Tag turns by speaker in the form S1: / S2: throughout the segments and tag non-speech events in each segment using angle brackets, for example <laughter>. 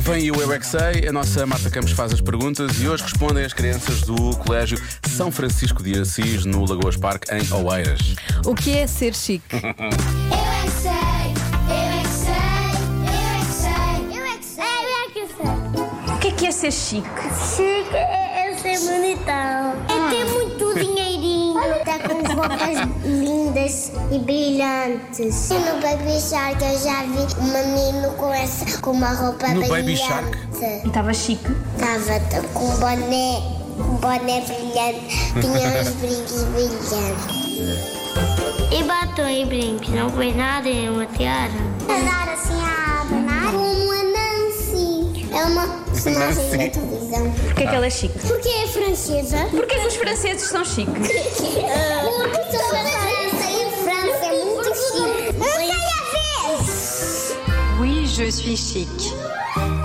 S1: Vem aí o Eu é que Sei, a nossa Marta Campos faz as perguntas e hoje respondem as crianças do Colégio São Francisco de Assis, no Lagoas Parque, em Oeiras.
S2: O que é ser chique?
S3: Eu é que sei, eu é que sei, eu é que sei, eu é que sei, eu é que sei, eu é que sei.
S4: O que é que é ser chique?
S3: Chique é, ser bonitão. É ter muito dinheirinho. Está com roupas lindas e brilhantes. E no Baby Shark eu já vi um menino com, essa, com uma roupa
S1: No Baby
S3: brilhante.
S1: Shark?
S4: E estava chique?
S3: Estava com um boné, um boné brilhante, tinha uns brincos brilhantes. E batom e brincos, não foi nada em uma tiara. Andar assim a abanar? Como a Nancy. É uma personagem da televisão.
S4: Porquê é que ela é chique?
S3: Porque é francesa? <laughs>
S4: Porquê que os franceses são chiques?
S3: Porque toda a França e França é muito chique. Não sei a vez!
S5: Oui, je suis chic.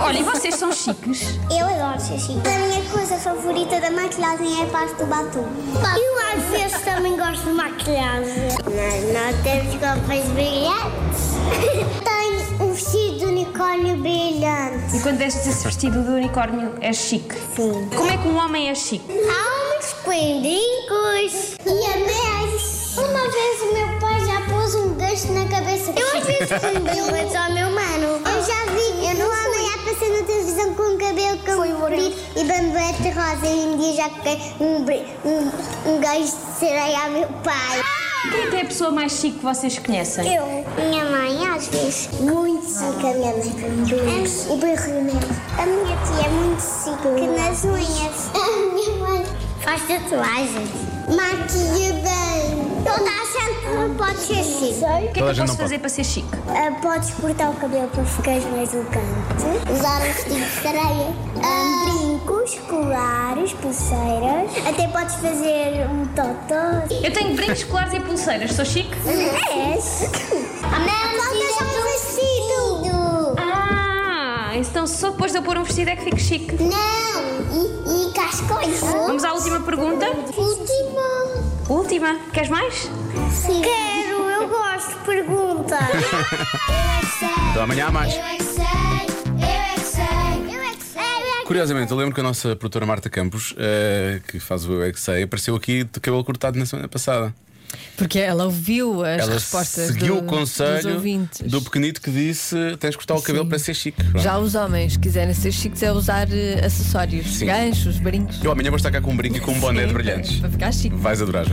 S4: Olha, e vocês são chiques?
S3: Eu adoro ser chique. A minha coisa favorita da maquilhagem é a parte do batom. Eu às vezes também gosto de maquilhagem. Nós não temos roupas brilhantes. <laughs> Tenho um vestido de unicórnio brilhante.
S4: E quando vestes esse vestido de unicórnio, é chique?
S3: Sim.
S4: Como é que um homem é chique?
S3: Há uns pendrincos. E anéis. Uma vez o meu pai já pôs um gancho na cabeça. Eu às vezes pendrinho, mas ao meu mano. Eu já vi eu não homem a passar na televisão com o cabelo comprido e bambolete rosa. E um dia já fiquei um, bri- um, um gancho de sereia ao meu pai.
S4: Quem é que é a pessoa mais chique que vocês conhecem?
S3: Eu, minha mãe, às vezes, muito chique, a minha mãe. E berrimento. A minha tia é muito chique nas unhas. <laughs> A minha mãe faz tatuagens. Maquia bem. Toda a gente pode ser
S4: O
S3: chique.
S4: que é que
S1: Toda a
S4: eu
S1: gente
S4: posso
S1: não
S4: fazer para ser chique?
S3: Ah, Podes cortar o cabelo para ficares mais elegante. Usar um vestido de sereia. brincos, colares, pulseiras. Até podes fazer um totó.
S4: Eu tenho brincos, colares e pulseiras, sou chique?
S3: És? A minha vestido.
S4: Ah, então só depois de eu pôr um vestido é que fico chique.
S3: Não, e, e cascóis.
S4: Vamos à última pergunta?
S3: Última.
S4: Última, queres mais?
S3: Quero, eu gosto de perguntas.
S1: Então amanhã há mais.
S3: é Eu é que sei, eu é que sei, eu é que sei.
S1: Curiosamente, eu lembro que a nossa produtora Marta Campos, eh, que faz o Eu é que Sei, apareceu aqui de cabelo cortado na semana passada.
S2: Porque ela ouviu as
S1: Ela
S2: respostas
S1: seguiu
S2: do-
S1: o
S2: dos
S1: conselho
S2: ouvintes.
S1: do pequenito que disse: tens de cortar o cabelo
S2: Sim.
S1: para ser chique.
S2: Já os homens quiserem ser chiques é usar eh, acessórios,
S1: Sim.
S2: ganchos, brincos.
S1: Eu amanhã vou estar cá com um brinco e com um boné de
S2: Sim,
S1: brilhantes.
S2: Para ficar chique.
S1: Vais adorar.